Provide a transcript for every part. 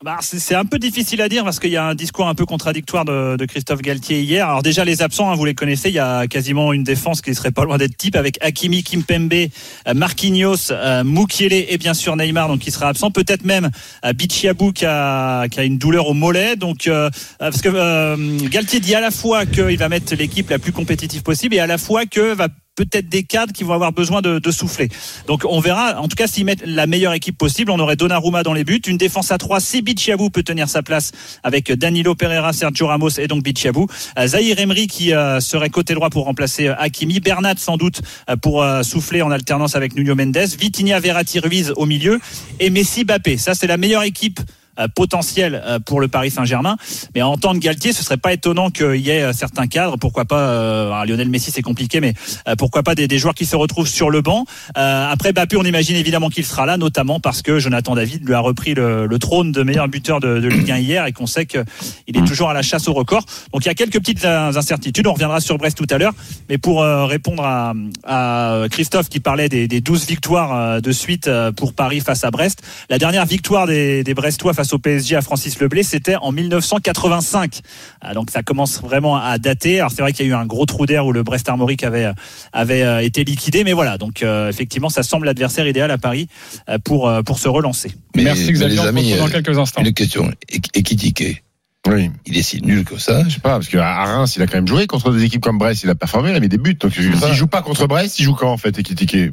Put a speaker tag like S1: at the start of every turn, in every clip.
S1: Bah, c'est c'est un peu difficile à dire parce qu'il y a un discours un peu contradictoire de, de Christophe Galtier hier. Alors déjà les absents, hein, vous les connaissez, il y a quasiment une défense qui serait pas loin d'être type avec Hakimi, Kimpembe, euh, Marquinhos, euh, Mukiele et bien sûr Neymar donc qui sera absent. Peut-être même euh, Bichiabou qui a, qui a une douleur au mollet. Donc euh, euh, parce que euh, Galtier dit à la fois qu'il va mettre l'équipe la plus compétitive possible et à la fois que va peut-être des cadres qui vont avoir besoin de, de souffler. Donc on verra. En tout cas, s'ils mettent la meilleure équipe possible, on aurait Donnarumma dans les buts, une défense à 3 si Bichiabou peut tenir sa place avec Danilo Pereira, Sergio Ramos et donc Bichiabou. Euh, Zahir Emery qui euh, serait côté droit pour remplacer euh, Hakimi, Bernat sans doute euh, pour euh, souffler en alternance avec Nuno Mendes, Vitinha, Verratti, Ruiz au milieu et Messi, Bappé. Ça c'est la meilleure équipe euh, potentiel pour le Paris Saint-Germain. Mais en temps de Galtier, ce serait pas étonnant qu'il y ait euh, certains cadres, pourquoi pas euh, alors Lionel Messi, c'est compliqué, mais euh, pourquoi pas des, des, joueurs qui se retrouvent sur le banc. Euh, après Bappé, on imagine évidemment qu'il sera là, notamment parce que Jonathan David lui a repris le, le trône de meilleur buteur de, de Ligue 1 hier et qu'on sait qu'il
S2: Mmh.
S1: est toujours à la chasse au record. Donc il y a quelques petites euh, incertitudes. On reviendra sur Brest tout à l'heure, mais pour euh, répondre à, à, Christophe qui parlait des, des 12 victoires euh, de suite pour Paris face à Brest, la dernière victoire des, des Brestois face au PSG à Francis Leblé, c'était en 1985. Ah, Donc ça commence vraiment à dater. Alors c'est vrai qu'il y a eu un gros trou d'air où le Brest Armorique avait avait euh, été liquidé, mais voilà. Donc euh, effectivement, ça semble l'adversaire idéal à Paris euh, pour pour se relancer.
S3: Mais, Merci Xavier. Les amis,
S2: euh,
S3: euh, dans quelques instants.
S2: Une question. Ekitike. Oui. Il est si nul que ça.
S4: Je sais pas, parce qu'à Reims, il a quand même joué contre des équipes comme Brest. Il a performé, il a mis des buts. Donc, s'il joue pas contre Brest, il joue quand, en fait, Ekitike? Il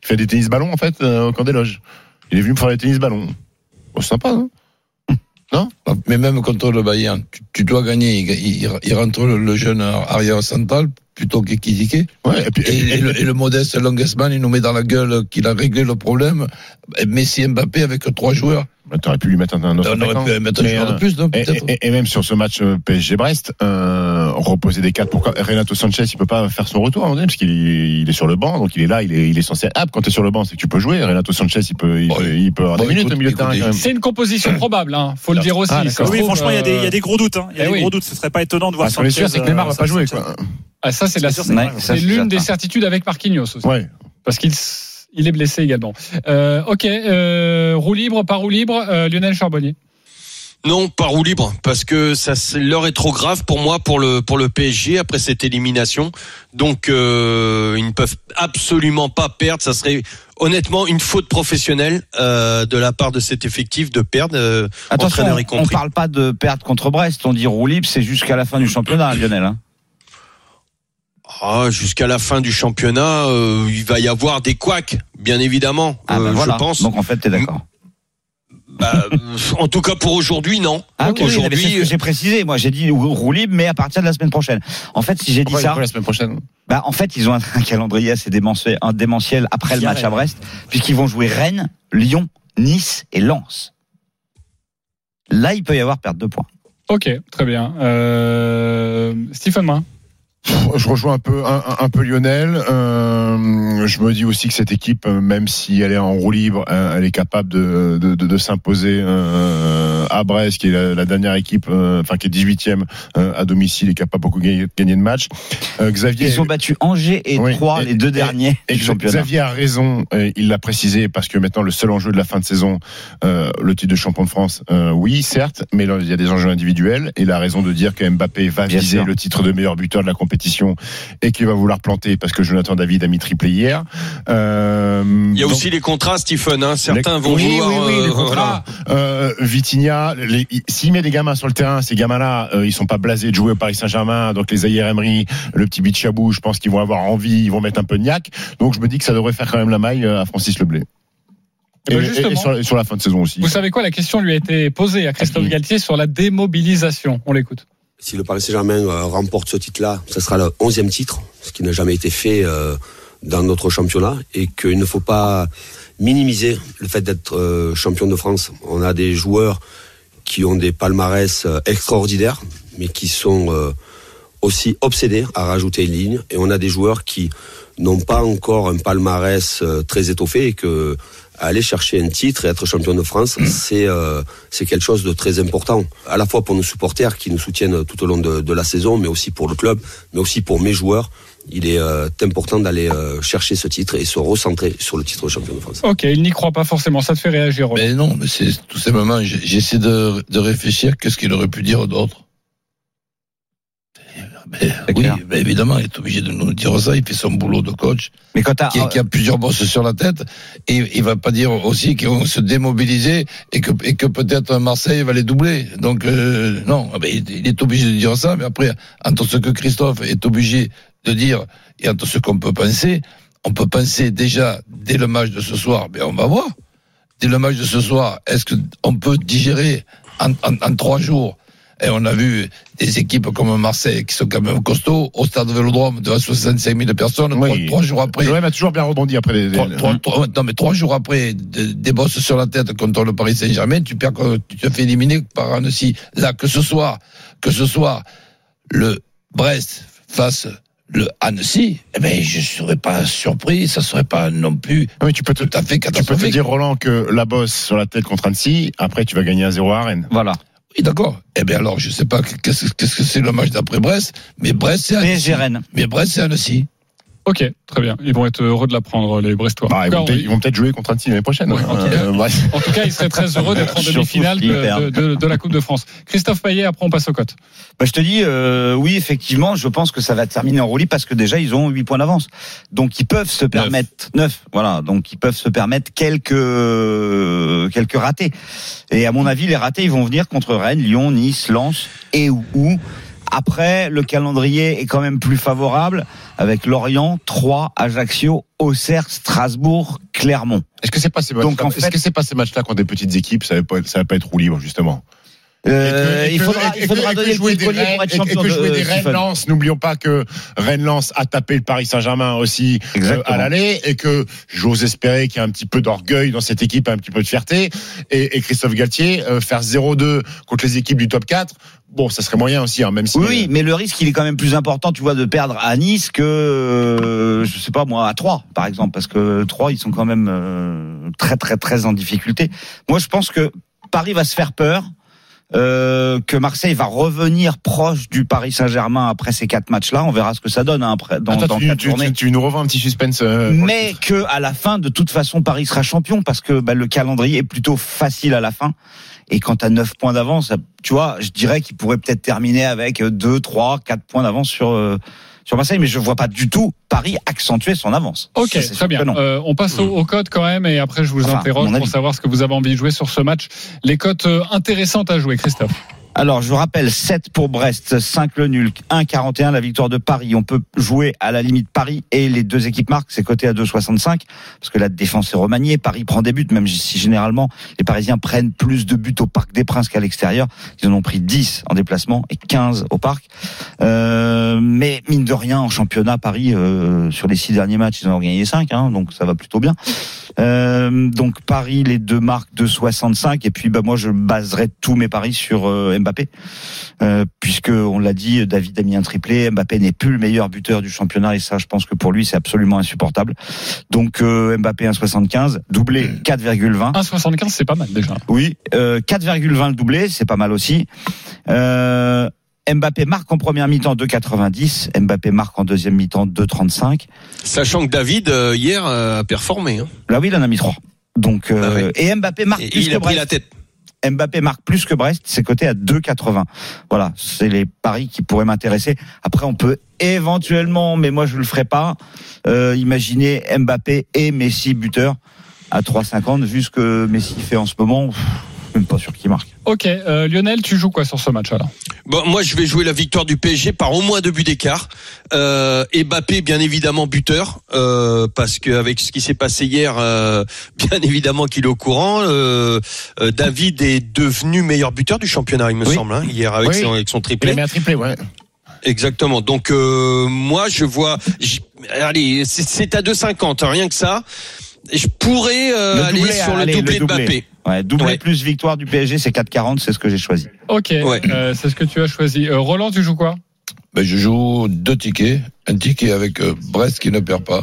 S4: fait des tennis ballons, en fait, euh, au camp des loges. Il est venu me faire des tennis ballons. Oh, sympa, hein non
S2: Bah, Mais même contre le Bayern, tu, tu dois gagner. Il, il, il rentre le, le, jeune arrière central plutôt qu'Ekizike.
S4: Ouais, et, puis,
S2: et, et, et le, le, modeste Longesman, il nous met dans la gueule qu'il a réglé le problème. Messi Mbappé avec trois joueurs.
S4: Bah, T'aurais pu lui mettre un autre.
S2: On aurait pu mettre
S4: mais,
S2: un joueur de plus, non,
S4: et, même sur ce match PSG-Brest, euh, reposer des quatre. Pourquoi Renato Sanchez, il peut pas faire son retour, hein, parce qu'il est sur le banc, donc il est là, il est, il est censé être apte. Quand tu es sur le banc, c'est que tu peux jouer. Renato Sanchez, il peut, il, bon, peut, il peut avoir bon, hein, des minutes au milieu de terrain.
S3: C'est une composition probable, hein, faut le dire aussi. Ah,
S1: oui, franchement, il euh... y, y, a des gros doutes. Hein. Il y a eh des oui. gros doutes. Ce serait pas étonnant de voir.
S4: Ah,
S1: euh,
S4: Ce qu'on est sûr, c'est que Neymar va pas jouer. Quoi.
S3: Ah, ça, c'est la... c'est l'une
S1: hein.
S3: des certitudes avec Marquinhos aussi.
S4: Ouais.
S3: Parce qu'il il est blessé également. Euh, ok, euh, roue libre, pas roue libre, euh, Lionel Charbonnier.
S5: Non, pas roue libre, parce que ça, l'heure est trop grave pour moi pour le pour le PSG après cette élimination. Donc euh, ils ne peuvent absolument pas perdre. Ça serait honnêtement une faute professionnelle euh, de la part de cet effectif de perdre. Euh,
S6: Attention, on, y compris. on parle pas de perdre contre Brest. On dit roue libre, c'est jusqu'à la fin du
S1: Euh,
S6: championnat, Lionel. Hein.
S5: Ah, jusqu'à la fin du championnat, euh, il va y avoir des couacs, bien évidemment. Euh,
S6: Ah ben voilà.
S5: Je pense.
S6: Donc en fait, t'es d'accord.
S5: Bah, en tout cas pour aujourd'hui, non.
S6: Ah okay, aujourd'hui, oui,
S1: euh,
S6: ce j'ai précisé. Moi, j'ai dit roue libre, mais à partir de la semaine prochaine. En fait, si j'ai dit ça,
S4: la semaine prochaine.
S6: Bah, en fait, ils ont un calendrier assez démentiel, un démentiel après le match Rennes. à Brest, puisqu'ils vont jouer Rennes, Lyon, Nice et Lens. Là, il peut y avoir perte de points.
S3: Ok, très bien. Euh, Stephen Main.
S4: Je rejoins un peu, un, un peu Lionel. Euh, je me dis aussi que cette équipe, euh, même si elle est en roue libre, euh, elle est capable de, de, de, de s'imposer euh, à Brest, qui est la, la dernière équipe, euh, enfin qui est 18e à domicile et qui n'a pas beaucoup gagné, gagné de match.
S6: Xavier, ils ont battu Angers et oui, Troyes les deux derniers.
S4: Et, et Xavier a raison, et il l'a précisé parce que maintenant le seul enjeu de la fin de saison, euh, le titre de champion de France, euh, oui certes, mais là, il y a des enjeux individuels et il a raison de dire que Mbappé va Bien viser sûr. le titre de meilleur buteur de la compétition et qui va vouloir planter parce que Jonathan David a mis triplé hier.
S5: Euh, il y a donc, aussi les contrats, Stephen. Hein, certains les, vont
S4: oui,
S5: vouloir.
S4: Oui, oui, euh, les contrats. Voilà. Euh, Vitinha, s'il met des gamins sur le terrain, ces gamins-là, euh, ils sont pas blasés de jouer au Paris Saint-Germain. Donc les Ayer Emery, le petit Bichabou, je pense qu'ils vont avoir envie, ils vont mettre un peu de niaque. Donc je me dis que ça devrait faire quand même la maille euh, à Francis Leblé. Et, et, ben et, sur, et sur la fin de saison aussi.
S3: Eh Vous savez quoi La question lui a été posée à Christophe Galtier sur la démobilisation. On l'écoute.
S7: Si le Paris Saint-Germain euh, remporte ce titre-là, ce sera le 11e titre, ce qui n'a jamais été fait euh, dans notre championnat, et qu'il ne faut pas minimiser le fait d'être euh, champion de France. On a des joueurs qui ont des palmarès euh, extraordinaires, mais qui sont euh, aussi obsédés à rajouter une ligne, et on a des joueurs qui n'ont pas encore un palmarès euh, très étoffé, et que aller chercher un titre et être champion de France, c'est euh, c'est quelque chose de très important. À la fois pour nos supporters qui nous soutiennent tout au long de, de la saison, mais aussi pour le club, mais aussi pour mes joueurs. Il est euh, important d'aller euh, chercher ce titre et se recentrer sur le titre de champion de France.
S3: Ok, il n'y croit pas forcément. Ça te fait réagir. Roland.
S2: Mais non, mais c'est tous ces moments. J'essaie de, de réfléchir. Qu'est-ce qu'il aurait pu dire d'autre mais, oui, mais évidemment, il est obligé de nous dire ça. Il fait son boulot de coach,
S6: mais quand
S2: qui, qui, a plusieurs bosses sur la tête, et il va pas dire aussi qu'ils vont se démobiliser et que, et que peut-être Marseille va les doubler. Donc euh, non, mais il est obligé de dire ça. Mais après, entre ce que Christophe est obligé de dire et entre ce qu'on peut penser, on peut penser déjà dès le match de ce soir. Mais on va voir. Dès le match de ce soir, est-ce qu'on peut digérer en, en, en trois jours Et on a vu des équipes comme Marseille qui sont quand même costauds au stade Vélodrome devant 65 000 personnes.
S4: Oui.
S2: Trois, trois jours après.
S4: L'OM a toujours bien rebondi après les. les-
S2: Trois, trois- trois- non, mais trois jours après, de- des bosses sur la tête contre le Paris Saint-Germain, tu perds, que- tu te fais éliminer par Annecy. Là, que ce soit, que ce soit le Brest face le Annecy, eh ben, je serais pas surpris, ça serait pas non plus
S4: Ah, mais tu peux te,
S2: tout à fait
S4: tu peux te
S2: catastrophique.
S4: dire, Roland, que la bosse sur la tête contre Annecy, après, tu vas gagner un 0 à Rennes.
S6: Voilà.
S2: Oui, d'accord. Eh bien, alors, je sais pas qu'est-ce qu'est-ce que c'est le match d'après Brest, mais Brest, c'est Annecy.
S6: PSG Rennes.
S2: Mais Brest, c'est Annecy.
S3: Ok, très bien. Ils vont être heureux de l'apprendre, les Brestois.
S4: Bah, ils
S3: En
S4: vont
S3: tout
S4: peut-être
S3: cas,
S4: ils vont peut-être jouer contre Annecy l'année prochaine.
S3: Ouais,
S4: hein.
S3: ok.
S4: Euh, bref.
S3: En tout cas, ils seraient très heureux d'être en
S6: Surtout
S3: demi-finale
S6: s'ils
S3: de, de,
S6: perdent.
S3: de- de la Coupe de France. Christophe Payet, après on passe aux cotes.
S6: Bah, je te dis, euh, oui, effectivement, je pense que ça va terminer en roulis parce que déjà, ils ont 8 points d'avance. Donc, ils peuvent se permettre... 9, voilà. Donc, ils peuvent se permettre quelques euh, quelques ratés. Et à mon avis, les ratés, ils vont venir contre Rennes, Lyon, Nice, Lens et ou. ou. Après, le calendrier est quand même plus favorable avec Lorient, Troyes, Ajaccio, Auxerre, Strasbourg, Clermont.
S4: Est-ce que c'est pas ces
S6: Donc,
S4: matchs-là
S6: en
S4: Est-ce
S6: fait-
S4: que c'est pas ces matchs-là contre des petites équipes, ça va pas, ça va pas être roue libre justement.
S6: Euh,
S4: Et que-
S6: il
S4: et que-
S6: faudra,
S4: et
S6: il
S4: que-
S6: faudra
S4: et que
S6: donner le
S4: jouer
S6: coup de
S4: des
S6: collier pour
S4: Rennes-
S6: être
S4: et-
S6: champion
S4: Et que
S6: de
S4: jouer des
S6: euh, Stephen.
S4: Rennes-Lens, n'oublions pas que Rennes-Lens a tapé le Paris Saint-Germain aussi euh,
S6: Exactement.
S4: à l'aller et que j'ose espérer qu'il y a un petit peu d'orgueil dans cette équipe, un petit peu de fierté. Et, et Christophe Galtier, euh, faire 0-2 contre les équipes du top 4, bon, ça serait moyen aussi, hein, même si.
S6: Oui, oui, mais le risque, il est quand même plus important, tu vois, de perdre à Nice que, euh, je sais pas moi, à Troyes, par exemple, parce que Troyes, ils sont quand même euh, très, très, très en difficulté. Moi, je pense que Paris va se faire peur, euh, que Marseille va revenir proche du Paris Saint-Germain après ces quatre matchs-là. On verra ce que ça donne hein, après, dans,
S4: Attends,
S6: dans
S4: Ah, tu,
S6: quatre
S4: tu-
S6: journées.
S4: tu- tu nous revends un petit suspense. euh, pour le
S6: mais
S4: titre.
S6: que à la fin, de toute façon, Paris sera champion parce que bah, le calendrier est plutôt facile à la fin. Et quand t'as 9 points d'avance, tu vois, je dirais qu'il pourrait peut-être terminer avec euh, 2, 3, 4 points d'avance sur, euh, sur Marseille, mais je vois pas du tout Paris accentuer son avance.
S3: Ok,
S6: Ça, c'est
S3: très
S6: sûr
S3: bien.
S6: que non.
S3: Euh, on passe au- aux, cotes quand même et après je vous
S6: Enfin, à
S3: interroge
S6: mon
S3: pour
S6: avis.
S3: savoir ce que vous avez envie de jouer sur ce match. Les cotes euh, intéressantes à jouer, Christophe.
S6: Alors, je vous rappelle, 7 pour Brest, 5 le nul, 1,41 la victoire de Paris. On peut jouer à la limite Paris et les deux équipes marquent, c'est coté à 2,65, parce que la défense est remaniée. Paris prend des buts, même si généralement les Parisiens prennent plus de buts au Parc des Princes qu'à l'extérieur. Ils en ont pris 10 en déplacement et 15 au Parc. Euh, mais mine de rien, en championnat, Paris, euh, sur les 6 derniers matchs, ils en ont gagné 5, donc ça va plutôt bien. Euh, donc Paris, les deux marques de 65 et puis bah moi je baserai tous mes paris sur euh, Mbappé euh, puisque on l'a dit David a mis un triplé, Mbappé n'est plus le meilleur buteur du championnat et ça je pense que pour lui c'est absolument insupportable. Donc euh, Mbappé 1.75, doublé 4,20.
S3: 1,75, c'est pas mal déjà.
S6: Oui, euh, 4,20 le doublé, c'est pas mal aussi. Euh, Mbappé marque en première mi-temps 2,90, Mbappé marque en deuxième mi-temps 2,35.
S5: Sachant que David, euh, hier, euh, a performé. hein.
S6: Là oui, il en a mis trois. Donc euh,
S5: Ah ouais.
S6: et Mbappé marque
S5: Et
S6: plus
S5: il
S6: que
S5: a pris
S6: Brest.
S5: la tête.
S6: Mbappé marque plus que Brest, c'est coté à 2,80. Voilà, c'est les paris qui pourraient m'intéresser. Après, on peut éventuellement, mais moi je le ferai pas, euh, imaginer Mbappé et Messi buteur à 3,50 vu ce que Messi fait en ce moment. pff, Même pas sûr qu'il marque.
S3: Ok, euh, Lionel, tu joues quoi sur ce match alors
S5: Bon, moi, je vais jouer la victoire du PSG par au moins deux buts d'écart. Euh, et Mbappé, bien évidemment, buteur, euh, parce que avec ce qui s'est passé hier, euh, bien évidemment qu'il est au courant. Euh, euh, David est devenu meilleur buteur du championnat, il me
S3: Oui.
S5: semble, hein, hier avec,
S4: Oui.
S5: son, avec
S4: Il
S5: son
S4: a
S5: triplé.
S4: mis un triplé, ouais.
S5: Exactement. Donc euh, moi je vois j- allez, c'est- c'est à 2.50, hein, rien que ça. Et Je pourrais euh,
S6: Le
S5: aller
S6: doublé,
S5: sur le
S6: allez,
S5: doublé
S6: le
S5: de
S6: doublé.
S5: Mbappé.
S6: Ouais, doublé
S5: Ouais.
S6: plus victoire du PSG, c'est 4,40, c'est ce que j'ai choisi.
S3: Ok,
S5: Ouais.
S3: euh, c'est ce que tu as choisi. Euh, Roland, tu joues quoi
S2: Ben, je joue deux tickets. Un ticket avec euh, Brest qui ne perd pas.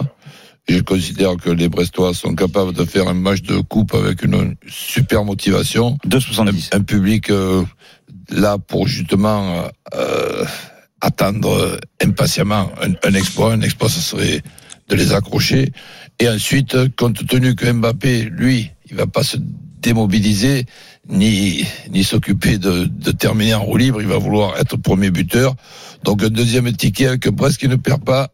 S2: Et je considère que les Brestois sont capables de faire un match de coupe avec une super motivation.
S6: 2,70.
S2: Un public euh, là pour justement euh, attendre euh, impatiemment un, un exploit. Un exploit, ce serait de les accrocher. Et ensuite, euh, compte tenu que Mbappé, lui, il va pas se démobiliser ni ni s'occuper de, de terminer en roue libre, il va vouloir être premier buteur. Donc un deuxième ticket avec Brest qui ne perd pas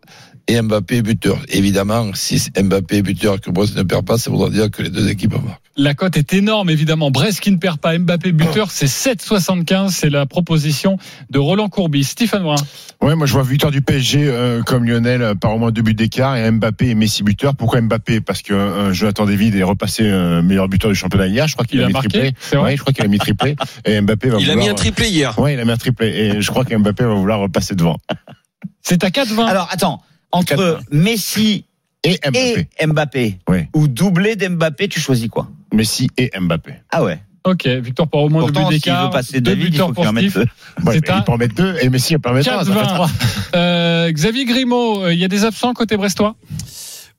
S2: et Mbappé buteur. Évidemment, si Mbappé est buteur que Brest ne perd pas, ça voudra dire que les deux équipes marquent.
S3: La cote est énorme, évidemment. Brest qui ne perd pas, Mbappé buteur, c'est 7,75. C'est la proposition de Roland Courbis. Stéphane Brun.
S4: Ouais, moi je vois victoire du PSG euh, comme Lionel euh, par au moins deux buts d'écart et Mbappé et Messi buteur. Pourquoi Mbappé Parce que euh, Jonathan David est repassé euh, meilleur buteur du championnat hier. Je crois qu'il
S3: Il
S4: a,
S3: a
S4: mis
S3: marqué,
S4: triplé.
S3: c'est vrai
S4: Ouais, je crois qu'il a mis triplé. Et Mbappé va
S5: Il a
S4: vouloir- euh,
S5: mis un triplé hier.
S4: Ouais, il a mis un triplé. Et je crois que Mbappé va vouloir repasser devant.
S3: C'est à
S5: Euh,
S3: 4,20.
S6: Alors, attends, entre Messi
S4: Et Mbappé.
S6: et Mbappé,
S4: Ouais.
S6: ou doublé d'Mbappé, tu choisis quoi
S4: Messi et Mbappé.
S6: Ah ouais.
S3: Ok, victoire pour au moins deux
S6: Pourtant,
S3: buts
S6: s'il
S3: d'écart.
S6: veut passer
S3: deux
S6: David, il
S3: buteurs
S6: faut
S3: pour
S6: qu'il en mette
S3: Steve.
S6: deux.
S4: Ouais,
S3: C'est
S4: mais
S3: un-
S4: il peut en mettre deux et Messi il peut en mettre un. Ça fait
S3: 4,20.
S4: trois.
S3: Euh, Xavier Grimaud, euh, il y a des absents côté brestois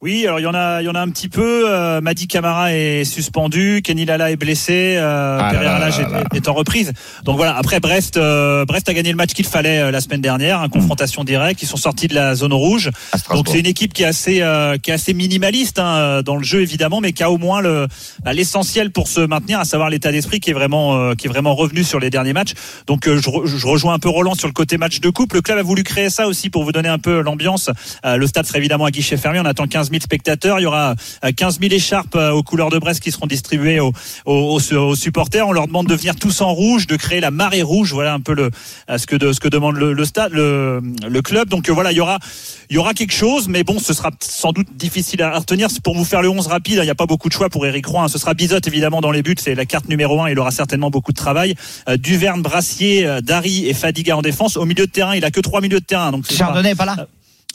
S1: Oui, alors il y en a, il y en a un petit peu. Euh, Madi Camara est suspendu, Kenny Lala est blessé, euh,
S4: Ah là
S1: Pereira
S4: là
S1: Lage
S4: là
S1: est, est en reprise. Donc voilà. Après Brest, euh, Brest a gagné le match qu'il fallait euh, la semaine dernière, hein, confrontation directe. Ils sont sortis de la zone rouge.
S6: À
S1: Donc
S6: Strasbourg.
S1: c'est une équipe qui est assez, euh, qui est assez minimaliste hein, euh, dans le jeu évidemment, mais qui a au moins le bah, l'essentiel pour se maintenir, à savoir l'état d'esprit qui est vraiment, euh, qui est vraiment revenu sur les derniers matchs. Donc euh, je, re- je rejoins un peu Roland sur le côté match de couple. Le club a voulu créer ça aussi pour vous donner un peu l'ambiance. Euh, le stade sera évidemment à guichet fermé. On attend 15 000 spectateurs. Il y aura euh, 15 000 écharpes euh, aux couleurs de Brest qui seront distribuées aux, aux, aux- aux supporters. On leur demande de venir tous en rouge, de créer la marée rouge. Voilà un peu le, euh, ce que de, ce que demande le, le stade, le, le club. Donc euh, voilà, il y aura il y aura quelque chose, mais bon, ce sera sans doute difficile à retenir. C'est Pour vous faire le 11 rapide, hein, il n'y a pas beaucoup de choix pour Eric Roy. hein. Ce sera Bizot, évidemment, dans les buts. C'est la carte numéro 1. Il aura certainement beaucoup de travail. Euh, Duverne, Brassier, euh, Dari et Fadiga en défense. Au milieu de terrain, il a que trois milieux de terrain. Donc, c'est pas-
S6: Chardonnay est pas là.
S1: euh,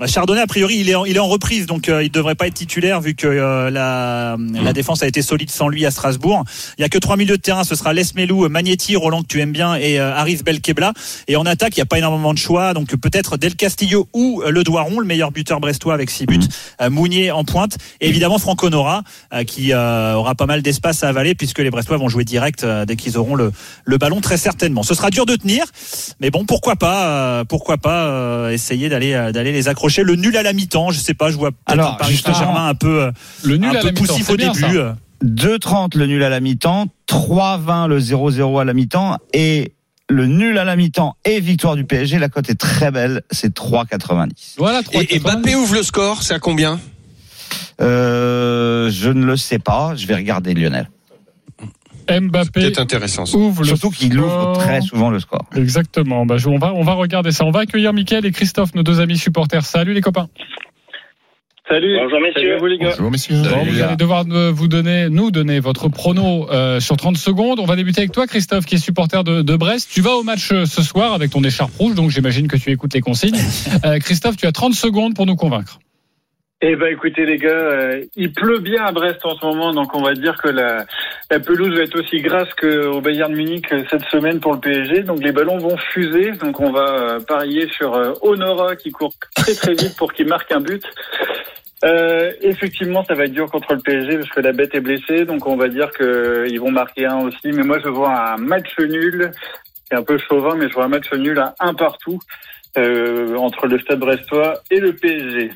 S1: Chardonnay, a priori, il est en, il est en reprise, donc euh, il devrait pas être titulaire vu que euh, la, la défense a été solide sans lui à Strasbourg. Il y a que trois milieux de terrain, ce sera Lesmelou, Magnetti, Roland que tu aimes bien et euh, Aris Belkebla. Et en attaque, il n'y a pas énormément de choix, donc euh, peut-être Del Castillo ou euh, Le Doiron, le meilleur buteur brestois avec six buts.
S6: Mm.
S1: Euh, Mounier en pointe. Et évidemment, Franck Honora euh, qui euh, aura pas mal d'espace à avaler puisque les Brestois vont jouer direct euh, dès qu'ils auront le, le ballon très certainement. Ce sera dur de tenir, mais bon, pourquoi pas, euh, pourquoi pas euh, essayer d'aller euh, d'aller les accrocher. Le nul à la mi-temps, je sais pas, je vois peut-être
S6: Alors,
S1: un Paris
S6: justement,
S1: Saint-Germain un peu euh,
S3: Le nul
S1: un
S3: à
S1: peu
S3: la mi-temps.
S1: poussif
S3: c'est
S1: au
S3: bien, ça.
S1: début. euh.
S6: 2,30 le nul à la mi-temps, 3,20 le 0-0 à la mi-temps et le nul à la mi-temps et victoire du PSG, la cote est très belle, c'est 3,90.
S3: Voilà, 3,90.
S5: Et, et Mbappé ouvre le score, c'est à combien
S6: Euh, je ne le sais pas, je vais regarder Lionel.
S3: Mbappé
S5: C'est intéressant. ça.
S3: ouvre le
S6: Surtout qu'il ouvre
S3: score.
S6: très souvent le score.
S3: Exactement. Bah, je- on, va, on va regarder ça. On va accueillir Mickaël et Christophe, nos deux amis supporters. Salut les copains.
S8: Salut. Bonjour messieurs. vous les gars.
S4: Bonjour, messieurs.
S2: Salut,
S3: Bon,
S2: les
S3: vous
S2: gars.
S3: allez devoir euh, vous donner, nous donner votre prono euh, sur 30 secondes. On va débuter avec toi, Christophe, qui est supporter de, de Brest. Tu vas au match euh, ce soir avec ton écharpe rouge, donc j'imagine que tu écoutes les consignes. Euh, Christophe, tu as 30 secondes pour nous convaincre.
S8: Eh ben écoutez les gars, euh, il pleut bien à Brest en ce moment, donc on va dire que la, la pelouse va être aussi grasse qu'au Bayern Munich euh, cette semaine pour le PSG. Donc les ballons vont fuser, donc on va euh, parier sur euh, Honora qui court très très vite pour qu'il marque un but. Euh, effectivement, ça va être dur contre le PSG parce que la bête est blessée, donc on va dire que ils vont marquer un aussi. Mais moi, je vois un match nul. C'est un peu chauvin, mais je vois un match nul à un partout euh, entre le Stade Brestois et le PSG.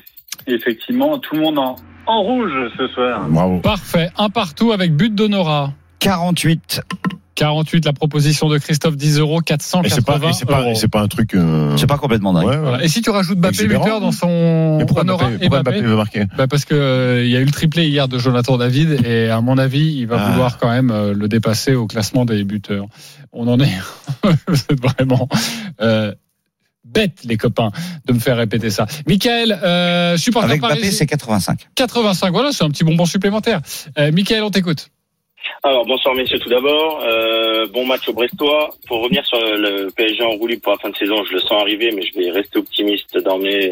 S8: Et effectivement, tout le monde en, en rouge ce soir.
S4: Bravo.
S3: Parfait. Un partout avec but d'Honora.
S6: 48,
S3: 48, la proposition de Christophe, 10 euros,
S4: Et
S3: 480
S4: c'est pas, et c'est pas,
S3: euros.
S4: et c'est pas un truc.
S1: Mm.
S4: euh,
S6: c'est pas complètement dingue.
S4: ouais, ouais.
S3: Voilà. Et si tu rajoutes Mbappé
S4: Exubérant.
S3: buteur dans son
S4: Mais pourquoi
S3: Honora
S4: Mbappé,
S3: et
S4: pourquoi Mbappé
S3: Mbappé
S4: veut marquer
S3: Bah parce que euh, il y a eu le triplé hier de Jonathan David et à mon avis il va
S4: Ah.
S3: vouloir quand même euh, le dépasser au classement des buteurs. On en est, vous êtes vraiment euh, bêtes les copains de me faire répéter ça. Michael, euh, supporter
S6: Avec Mbappé,
S3: parisien
S6: c'est 85.
S3: 85. Voilà, c'est un petit bonbon supplémentaire. Euh, Michael, on t'écoute.
S8: Alors bonsoir messieurs tout d'abord. Euh, bon match au Brestois. Pour revenir sur le, le PSG enroulé pour la fin de saison, je le sens arriver, mais je vais rester optimiste dans mes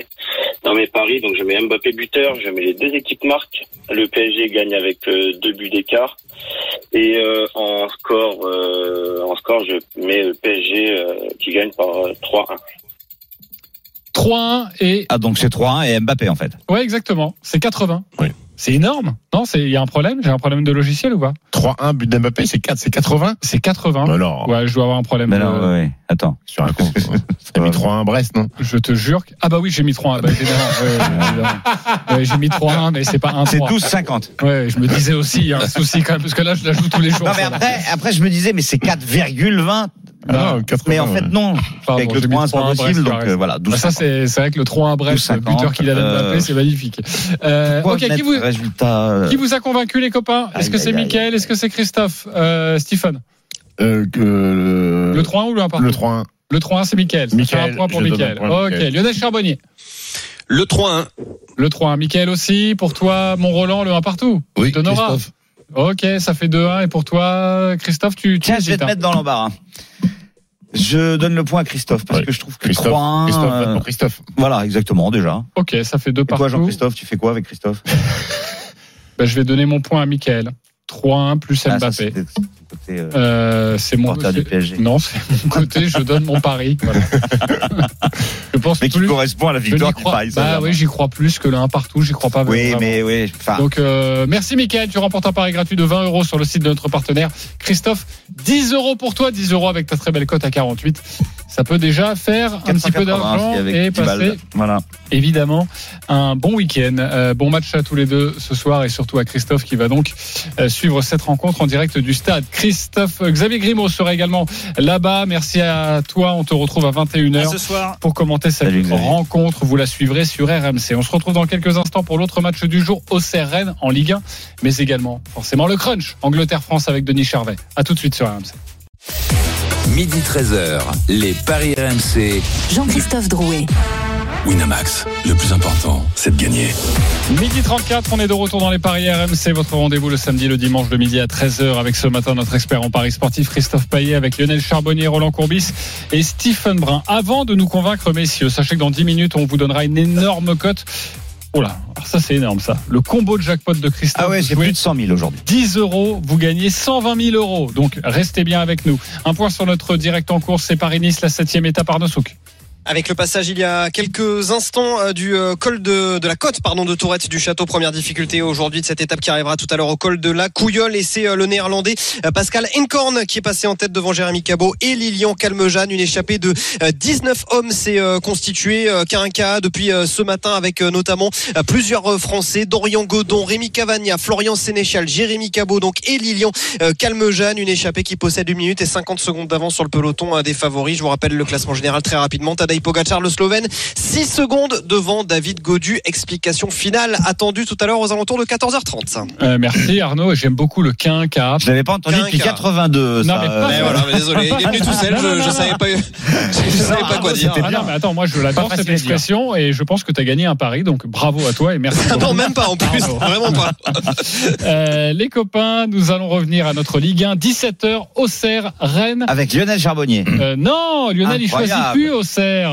S8: dans mes paris. Donc je mets Mbappé buteur, je mets les deux équipes marques. Le PSG gagne avec euh, deux buts d'écart et euh, en score euh, en score je mets le PSG euh, qui gagne par euh, 3-1.
S3: 3-1 et
S6: Ah donc c'est 3-1 et Mbappé en fait.
S3: ouais exactement, c'est 80.
S4: Oui.
S3: C'est énorme. Non, c'est il y a un problème, j'ai un problème de logiciel ou pas
S4: 3-1, but d'Mbappé, c'est 4, c'est 80
S3: C'est 80.
S4: Bah non,
S3: Ouais, je dois avoir un problème.
S6: Mais
S3: de-
S6: non, Bah ouais, ouais. attends.
S4: sur un compte. hein. T'as mis 3-1 Brest, non
S3: Je te jure. que- Ah bah oui, j'ai mis 3-1. Bah, évidemment, ouais, ouais, évidemment. Ouais, j'ai mis 3-1, mais c'est pas 1-3.
S6: C'est 12-50.
S3: Ouais, je me disais aussi, il y a un souci quand même, parce que là, je la joue tous les jours.
S6: Non mais
S3: celle-là.
S6: après, après je me disais mais c'est 4,20. Ah, mais en fait, non.
S3: Pardon,
S6: avec le
S3: j'ai mis
S6: 3-1, c'est pas
S3: 3-1 Brest,
S6: possible.
S3: ça
S6: Donc,
S3: reste.
S6: euh, voilà,
S3: Ah,
S6: 12
S3: ça, c'est c'est vrai que le 3-1 Brest, le
S6: 12-50,
S3: buteur qu'il a
S6: euh,
S3: Mbappé, c'est magnifique. Euh,
S6: Pourquoi
S3: ok, qui
S6: mettre
S3: vous,
S6: résultat euh,
S3: qui vous a convaincu, les copains Est-ce que
S6: Aïe,
S3: c'est
S6: aïe, aïe.
S3: Mickaël Est-ce que c'est Christophe Euh, Stephen
S4: Euh, que
S3: Le 3-1 ou le 1 partout
S4: Le 3-1.
S3: Le 3-1, c'est Mickaël. Ça fait
S4: Mickaël,
S3: un point pour
S4: je donne un
S3: Mickaël.
S4: point à
S3: Ok,
S4: Mickaël.
S3: Lionel Charbonnier.
S5: Le 3-1.
S3: Le 3-1. Mickaël aussi. Pour toi, Mont-Roland, le 1 partout.
S2: Oui,
S3: Donora.
S2: Christophe.
S3: Ok, ça fait 2-1. Et pour toi, Christophe, tu. tu
S6: Tiens, je vais
S3: hésites,
S6: te
S3: hein.
S6: mettre dans l'embarras. Je donne le point à Christophe parce
S4: Ouais.
S6: que je trouve que
S4: Christophe,
S6: 3-1.
S4: Christophe,
S6: euh,
S4: vote pour Christophe.
S6: Voilà, exactement, déjà.
S3: Ok, ça fait 2
S6: Et toi,
S3: partout.
S6: Jean-Christophe, tu fais quoi avec Christophe
S3: Bah, je vais donner mon point à Mickaël. 3-1 plus
S6: Ah, ça,
S3: Mbappé.
S6: c'était- c'était côté, euh,
S3: Euh, c'est mon
S6: supporter du PSG.
S3: Non, c'est mon côté, je donne mon pari. Voilà. je pense
S6: Mais qui
S3: plus.
S6: correspond à la
S3: Je n'y
S6: victoire du
S3: crois.
S6: Paris
S3: Bah
S6: Saint-Germain.
S3: oui, j'y crois plus que le 1 partout, j'y crois pas.
S6: Oui,
S3: vraiment.
S6: mais bah. oui. Enfin,
S3: Donc euh, merci Mickaël, tu remportes un pari gratuit de 20 euros sur le site de notre partenaire. Christophe, 10 euros pour toi, 10 euros avec ta très belle cote à 48. Ça peut déjà faire un petit
S6: 480,
S3: peu d'argent
S6: c'est avec
S3: et
S6: 10 balles.
S3: passer
S6: Voilà.
S3: évidemment un bon week-end. Euh, bon match à tous les deux ce soir et surtout à Christophe qui va donc euh, suivre cette rencontre en direct du stade. Christophe, euh, Xavier Grimaud sera également là-bas. Merci à toi. On te retrouve à
S1: À
S3: 21h
S1: ce soir.
S3: pour commenter cette
S6: Salut, Xavier.
S3: rencontre. Vous la suivrez sur RMC. On se retrouve dans quelques instants pour l'autre match du jour, OCR Rennes en Ligue 1, mais également forcément le crunch Angleterre-France avec Denis Charvet. À tout de suite sur RMC.
S9: Midi 13h, les Paris RMC.
S10: Jean-Christophe Drouet.
S11: Winamax, le plus important, c'est de gagner.
S3: Midi 34, on est de retour dans les Paris RMC, votre rendez-vous le samedi, le dimanche de midi à 13h avec ce matin notre expert en Paris sportif Christophe Payet avec Lionel Charbonnier, Roland Courbis et Stephen Brun. Avant de nous convaincre messieurs, sachez que dans 10 minutes on vous donnera une énorme cote. Oh là, alors ça c'est énorme ça. Le combo de jackpot de Christophe.
S6: Ah ouais, c'est
S3: Joué
S6: plus de 100 000 aujourd'hui.
S3: 10 euros, vous gagnez 120 000 euros. Donc restez bien avec nous. Un point sur notre direct en course, c'est Paris-Nice, la 7 étape Arnaud Souk.
S12: Avec le passage il y a quelques instants euh, du euh, col de, de la côte pardon, de Tourette du Château, première difficulté aujourd'hui de cette étape qui arrivera tout à l'heure au col de la Couillole et c'est euh, le néerlandais euh, Pascal Enkorn qui est passé en tête devant Jérémy Cabot et Lilian Calmejane, une échappée de euh, 19 hommes s'est euh, constituée euh, cas un cas depuis euh, ce matin avec euh, notamment euh, plusieurs euh, Français, Dorian Godon, Rémi Cavagna, Florian Sénéchal, Jérémy Cabot donc et Lilian euh, Calmejane, une échappée qui possède 1 minute et 50 secondes d'avance sur le peloton euh, des favoris. Je vous rappelle le classement général très rapidement. Tadej Pogacar, le Slovène, 6 secondes devant David Godu. Explication finale attendue tout à l'heure aux alentours de 14h30.
S3: Euh, merci Arnaud et j'aime beaucoup le quinca.
S6: Je l'avais pas entendu depuis
S12: Quinca.
S6: 82.
S3: Non,
S6: ça,
S3: mais pas-
S6: euh,
S3: Mais
S12: mais désolé, il est venu tout seul, je, je savais pas, je savais pas quoi dire.
S3: Ah non, mais attends, moi je l'adore
S6: Pas
S3: cette
S6: facile à dire.
S3: expression et je pense que tu as gagné un pari, donc bravo à toi et merci.
S12: Ah Non,
S3: beaucoup.
S12: même pas en plus,
S3: Pardon.
S12: vraiment pas.
S3: Euh, les copains, nous allons revenir à notre Ligue 1, 17h, Auxerre, Rennes.
S6: Avec Lionel Charbonnier.
S3: Euh, non, Lionel, il
S6: Ah. Incroyable.
S3: choisit plus Auxerre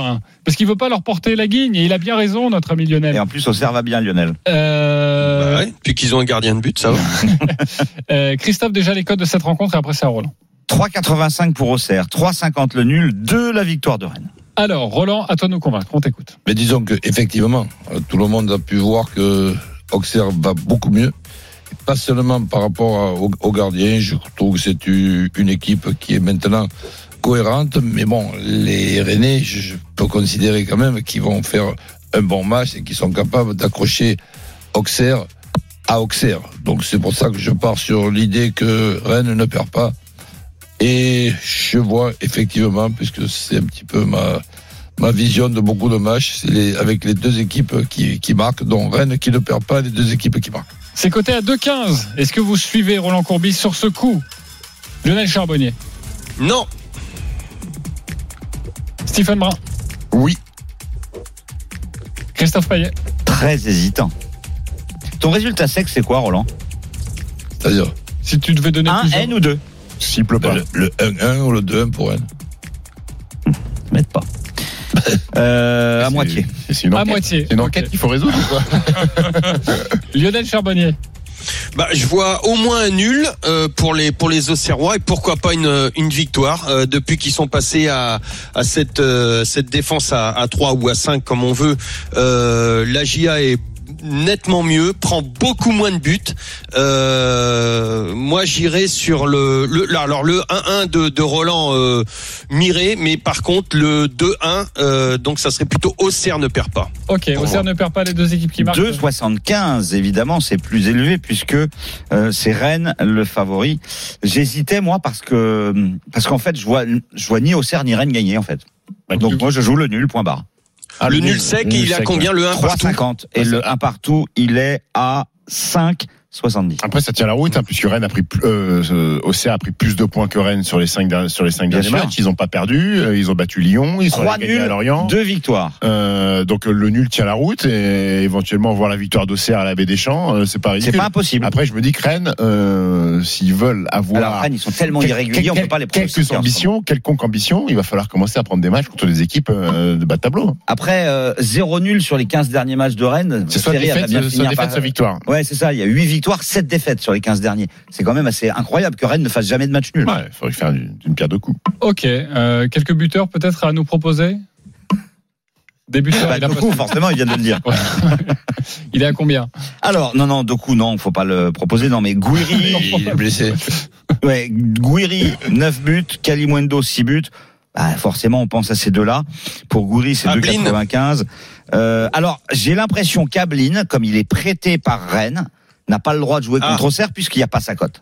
S3: parce qu'il veut pas leur porter la guigne et il a bien raison, notre ami
S6: Et
S3: Lionel.
S6: en plus, Auxerre va bien, Lionel.
S3: Euh,
S5: Bah ouais, Puis qu'ils ont un gardien de but, ça va.
S3: euh, Christophe, déjà les codes de cette rencontre et après ça, Roland.
S6: 3,85 pour Auxerre, 3,50 le nul, 2 la victoire de Rennes.
S3: Alors, Roland, à toi de nous convaincre, on t'écoute.
S2: Mais disons que effectivement, euh, tout le monde a pu voir que Auxerre va beaucoup mieux. Et Pas seulement par rapport à- au, au gardien, je trouve que c'est u- une équipe qui est maintenant cohérente, mais bon, les Rennais, je, je peux considérer quand même qu'ils vont faire un bon match et qu'ils sont capables d'accrocher Auxerre à Auxerre. Donc c'est pour ça que je pars sur l'idée que Rennes ne perd pas. Et je vois effectivement, puisque c'est un petit peu ma, ma vision de beaucoup de matchs, c'est les- avec les deux équipes qui, qui marquent, dont Rennes qui ne perd pas, les deux équipes qui marquent.
S3: C'est coté à 2,15. Est-ce que vous suivez Roland Courbis sur ce coup Lionel Charbonnier,
S5: Non,
S3: Stephen Brun,
S2: Oui.
S3: Christophe Payet.
S6: Très hésitant. Ton résultat sec, c'est quoi, Roland
S2: C'est-à-dire
S3: Si tu devais donner
S6: 1
S3: plusieurs-
S6: N ou 2
S4: S'il pleut pas.
S2: le, le 1-1 ou le 2-1 pour Rennes.
S6: Mette pas. Euh, à
S4: C'est-
S6: moitié.
S4: c'est- C'est une
S3: à
S4: enquête.
S3: moitié.
S4: C'est une enquête
S3: Ok.
S4: qu'il faut résoudre ou quoi
S3: Lionel Charbonnier.
S5: bah, je vois au moins un nul euh, pour les pour les Auxerrois et pourquoi pas une, une victoire euh, depuis qu'ils sont passés à, à cette euh, cette défense à, à 3 ou à 5 comme on veut. Euh, la GIA est nettement mieux, prend beaucoup moins de buts. Euh, moi, j'irai sur le, le là, alors le 1-1 de, de Roland euh, Miré, mais par contre le 2-1, euh, donc ça serait plutôt Auxerre ne perd pas.
S3: Ok, Auxerre ne perd pas les deux équipes qui marquent.
S6: 2,75 évidemment, c'est plus élevé puisque euh, c'est Rennes le favori. J'hésitais moi parce que parce qu'en fait je vois je vois ni Auxerre ni Rennes gagner en fait.
S3: Bah,
S6: Donc moi je joue le nul point barre.
S5: Ah, le nul sec, il est à combien, le un partout
S6: 3,50 et le 1 partout il est à 5 70.
S4: Après, ça tient la route, hein, puisque Rennes a pris, plus- euh, euh, Auxerre a pris plus de points que Rennes sur les cinq derniers, sur les cinq
S6: Bien
S4: derniers
S6: sûr.
S4: matchs. Ils n'ont pas perdu, euh, ils ont battu Lyon, ils sont
S6: Trois
S4: allés gagner
S6: nuls,
S4: à Lorient.
S6: deux victoires.
S4: Euh, donc euh, le nul tient la route et éventuellement voir la victoire d'Auxerre à la Baie des Champs, euh, c'est pas ridicule.
S6: pas impossible.
S4: Après, je me dis que Rennes, euh, s'ils veulent avoir,
S6: Alors, Rennes, ils sont tellement irréguliers, on peut pas les
S4: Quelques
S6: pronostiquer
S4: ambitions, quelconque ambition, il va falloir commencer à prendre des matchs contre des équipes euh, de bas de tableau.
S6: Après, euh, zéro nul sur les 15 derniers matchs de Rennes.
S4: C'est soit
S6: Thierry, elle va
S4: défaite, euh, soit
S6: bien finir euh,
S4: défaite, soit victoire.
S6: Ouais, c'est ça. Il y a 8 victoires, 7 défaites sur les 15 derniers. C'est quand même assez incroyable que Rennes ne fasse jamais de match nul.
S4: Ouais, il faudrait faire une, pierre de coups.
S3: Ok, euh, quelques buteurs peut-être à nous proposer Des buteurs,
S6: Bah,
S3: il a
S6: Doku,
S3: pas-
S6: forcément, il vient de le dire.
S3: il est à combien
S6: Alors, non, non, Doku, non, faut pas le proposer. Non, mais Gouiri.
S2: Il est blessé.
S6: Ouais, Gouiri, 9 buts. Kalimwendo, 6 buts. Bah, forcément, on pense à ces deux-là. Pour Gouiri, c'est
S5: Ablin.
S6: 2,95. Euh, alors, j'ai l'impression qu'Ablin, comme il est prêté par Rennes, n'a pas le droit de jouer
S5: Ah.
S6: contre Auxerre puisqu'il n'y a pas sa cote.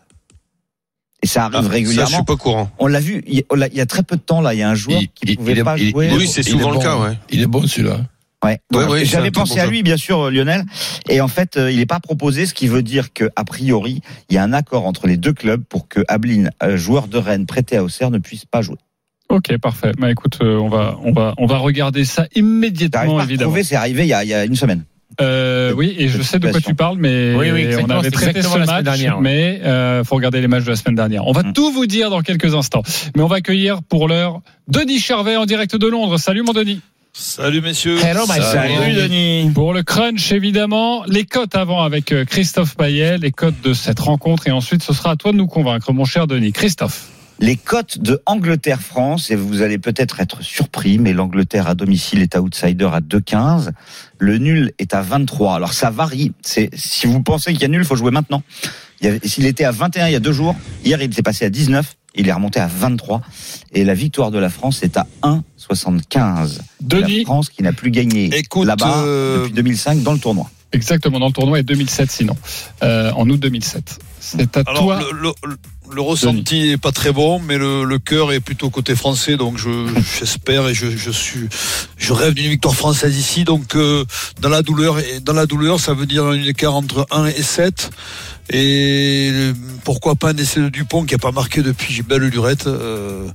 S6: Et ça
S5: Ah,
S6: arrive
S5: Ça, je suis
S6: régulièrement.
S5: pas courant.
S6: On l'a vu, il y, a- il y a très peu de temps là, il y a un joueur qui pouvait
S2: est-
S6: pas
S2: il-
S6: jouer.
S2: il est-
S5: Oui, c'est
S2: il est
S5: souvent le
S2: bon.
S5: cas, ouais.
S2: Il est bon celui-là.
S6: Ouais. Donc,
S5: Ouais, ouais, c'est
S6: J'avais
S5: un très
S6: pensé
S5: bon
S6: à
S5: jeu.
S6: lui, bien sûr, euh, Lionel. Et en fait, euh, il n'est pas proposé, ce qui veut dire que a priori, il y a un accord entre les deux clubs pour que Ablin, euh, joueur de Rennes prêté à Auxerre, ne puisse pas jouer.
S3: Ok, parfait. Bah écoute, euh, on va, on va, on va regarder ça
S6: T'arrives
S3: immédiatement,
S6: pas à
S3: évidemment.
S6: retrouver, c'est arrivé il y, a, il y a une semaine.
S3: Euh, oui, et je sais de quoi
S6: situation.
S3: tu parles, mais
S13: Oui, oui, exactement,
S3: on avait
S13: c'est
S3: traité ce
S13: exactement la semaine
S3: match,
S13: dernière, ouais.
S3: mais euh, faut regarder les matchs de la semaine dernière. On va
S6: Mm.
S3: tout vous dire dans quelques instants, mais on va accueillir pour l'heure Denis Charvet en direct de Londres. Salut mon Denis.
S13: Salut messieurs.
S6: Denis.
S3: Pour le crunch, évidemment, les cotes avant avec euh, Christophe Payet, les cotes de cette rencontre, et ensuite ce sera à toi de nous convaincre, mon cher Denis. Christophe.
S6: Les cotes de Angleterre-France, et vous allez peut-être être surpris, mais l'Angleterre à domicile est à outsider à 2,15. Le nul est à 23. Alors ça varie. C'est Si vous pensez qu'il y a nul, faut jouer maintenant. Il y avait- S'il était à 21 il y a deux jours, hier il s'est passé à 19, il est remonté à 23. Et la victoire de la France est à 1,75.
S3: Denis.
S6: La France qui n'a plus gagné
S13: Écoute,
S6: là-bas
S13: euh,
S6: depuis 2005 dans le tournoi.
S3: Exactement, dans le tournoi et 2007 sinon, Euh, en août 2007. C'est à
S13: Alors,
S3: toi.
S13: le, le- le ressenti n'est pas très bon, mais le, le cœur est plutôt côté français, donc je- j'espère et je, je suis, je rêve d'une victoire française ici. Donc, euh, dans la douleur, et dans la douleur, ça veut dire un écart entre 1 et 7. Et euh, pourquoi pas un essai de Dupont qui n'a pas marqué depuis belle lurette. euh,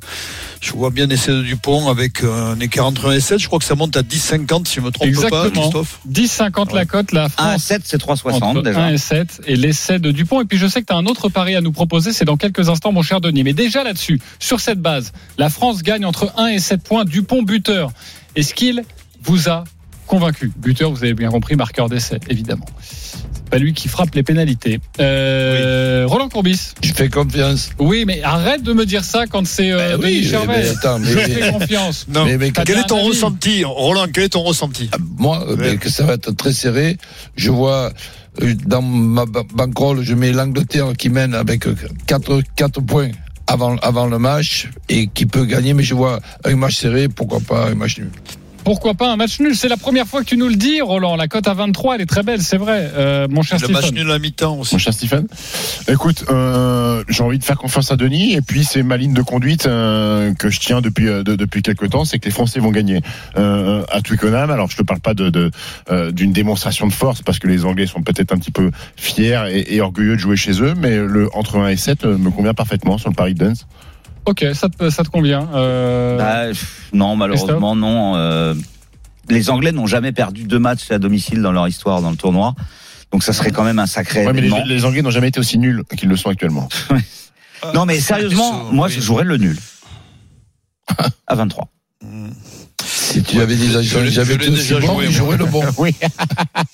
S13: je vois bien un essai de Dupont avec un écart entre 1 et 7. Je crois que ça monte à 10,50 si je me trompe pas,
S3: Exactement.
S13: Christophe.
S3: 10,50 la cote,
S6: 1
S3: la
S6: à
S3: France
S6: 7, c'est 3,60
S3: entre
S6: déjà.
S3: 1 et 7 et l'essai de Dupont. Et puis je sais que tu as un autre pari à nous proposer, c'est dans quelques instants, mon cher Denis. Mais déjà là-dessus, sur cette base, la France gagne entre 1 et 7 points. Dupont buteur. Est-ce qu'il vous a convaincu Buteur, vous avez bien compris, marqueur d'essai, évidemment. C'est pas lui qui frappe les pénalités. Euh, Roland Courbis.
S2: Je fais confiance. Eh,
S3: Oui, mais arrête de me dire ça quand c'est euh,
S6: Eh
S13: Ben
S3: Denis
S13: oui,
S3: Charvet.
S2: mais attends, mais-
S3: Je fais confiance.
S13: Non.
S2: Mais- mais
S3: T'as
S13: Quel
S3: bien
S13: est ton
S3: un avis
S13: ressenti, Roland Quel est ton ressenti
S2: Moi, euh,
S13: Ouais.
S2: ben, que ça va être très serré. Je vois euh, dans ma ba- bankroll, je mets l'Angleterre qui mène avec 4, points avant, avant le match et qui peut gagner, mais je vois un match serré, pourquoi pas un match nul.
S3: Pourquoi pas un match nul C'est la première fois que tu nous le dis, Roland. La cote à 23, elle est très belle, c'est vrai. Euh, mon cher
S13: Le match
S3: Stéphane.
S13: nul à mi-temps aussi.
S4: Mon cher Stéphane Écoute, euh, j'ai envie de faire confiance à Denis, et puis c'est ma ligne de conduite euh, que je tiens depuis euh, de- depuis quelques temps, c'est que les Français vont gagner euh, à Twickenham. Alors je te parle pas de de, euh, d'une démonstration de force, parce que les Anglais sont peut-être un petit peu fiers et, et orgueilleux de jouer chez eux, mais le entre 1 et 7 euh, me convient parfaitement sur le Paris de Dance.
S3: Ok, ça te, ça te convient. Euh,
S6: Bah, pff, non, malheureusement, non. Euh, les Anglais n'ont jamais perdu deux matchs à domicile dans leur histoire dans le tournoi. Donc ça serait quand même un sacré
S4: Ouais, mais les,
S6: événement.
S4: les Anglais n'ont jamais été aussi nuls qu'ils le sont actuellement.
S6: Non, mais sérieusement,
S13: Ils sont-
S6: moi,
S13: oui.
S6: je jouerais le nul. à 23.
S2: Si tu avais dit, j'avais tout aussi bon, il jouerait le bon.
S3: Oui.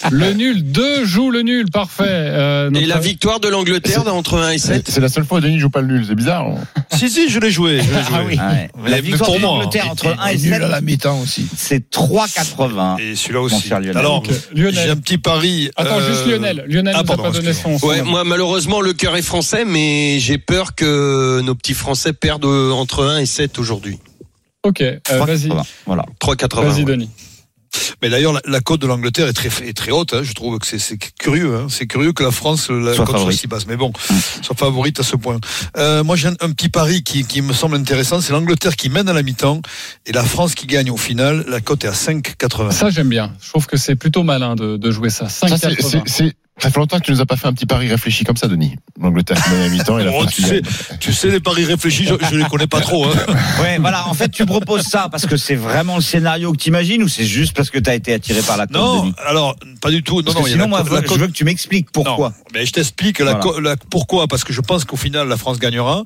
S3: Le nul, deux jouent le nul, parfait. Euh,
S5: Et
S3: notre-
S5: la victoire de l'Angleterre entre 1 et 7.
S4: C'est la seule fois où Denis joue pas le nul, c'est bizarre. hein.
S13: Si, si, je l'ai joué.
S5: Ah
S13: Je l'ai joué.
S6: Ah La victoire
S13: pour
S6: de
S13: moi.
S6: l'Angleterre entre
S13: Et-
S6: 1 et
S13: et nul
S6: 7.
S13: à la mi-temps aussi.
S6: C'est 3,80.
S13: Et celui-là
S6: Mon
S13: aussi.
S6: cher Lionel.
S13: Alors,
S6: Donc,
S3: Lionel.
S13: j'ai un petit pari. euh, Ah,
S3: Attends,
S5: euh,
S3: juste Lionel. Lionel nous a pas donné son- son
S5: ah, Ouais,
S3: avis.
S5: moi malheureusement le cœur est français, mais j'ai peur que nos petits Français perdent euh, entre 1 et 7 aujourd'hui.
S3: Ok, euh, vas-y.
S6: 3,80. Voilà.
S5: 3,80.
S3: Vas-y,
S5: ouais.
S3: Denis.
S13: Mais d'ailleurs, la, la cote de l'Angleterre est très, est très haute. hein. Je trouve que c'est- c'est curieux. hein. C'est curieux que la France la
S6: Soit
S13: cote soit
S6: favorite. Mm.
S13: si basse. Mais bon, soit favorite à ce point. Euh, moi, j'ai un, un petit pari qui, qui me semble intéressant. C'est l'Angleterre qui mène à la mi-temps et la France qui gagne au final. La cote est à 5,80.
S3: Ça, j'aime bien. Je trouve que c'est plutôt malin de, de jouer ça.
S4: Ça, c'est-
S3: 5,80.
S4: c'est- c'est- ça fait longtemps que tu nous as pas fait un petit pari réfléchi comme ça, Denis. L'Angleterre qui mène à mi-temps et la
S13: Oh,
S4: France
S13: tu,
S4: qui
S13: sais,
S4: gagne.
S13: tu sais, les paris réfléchis, je, je les connais pas trop. hein.
S6: Ouais, voilà. En fait, tu proposes ça parce que c'est vraiment le scénario que t'imagines ou c'est juste parce que t'as été attiré par la cote
S13: Non,
S6: Denis
S13: alors, pas du tout. Non,
S6: Parce
S13: non,
S6: que
S13: il y a
S6: sinon,
S13: la
S6: moi,
S13: cote- la
S6: je
S13: cote-
S6: veux que tu m'expliques pourquoi.
S13: Non, mais je t'explique la
S6: Voilà.
S13: co- la- pourquoi parce que je pense qu'au final la France gagnera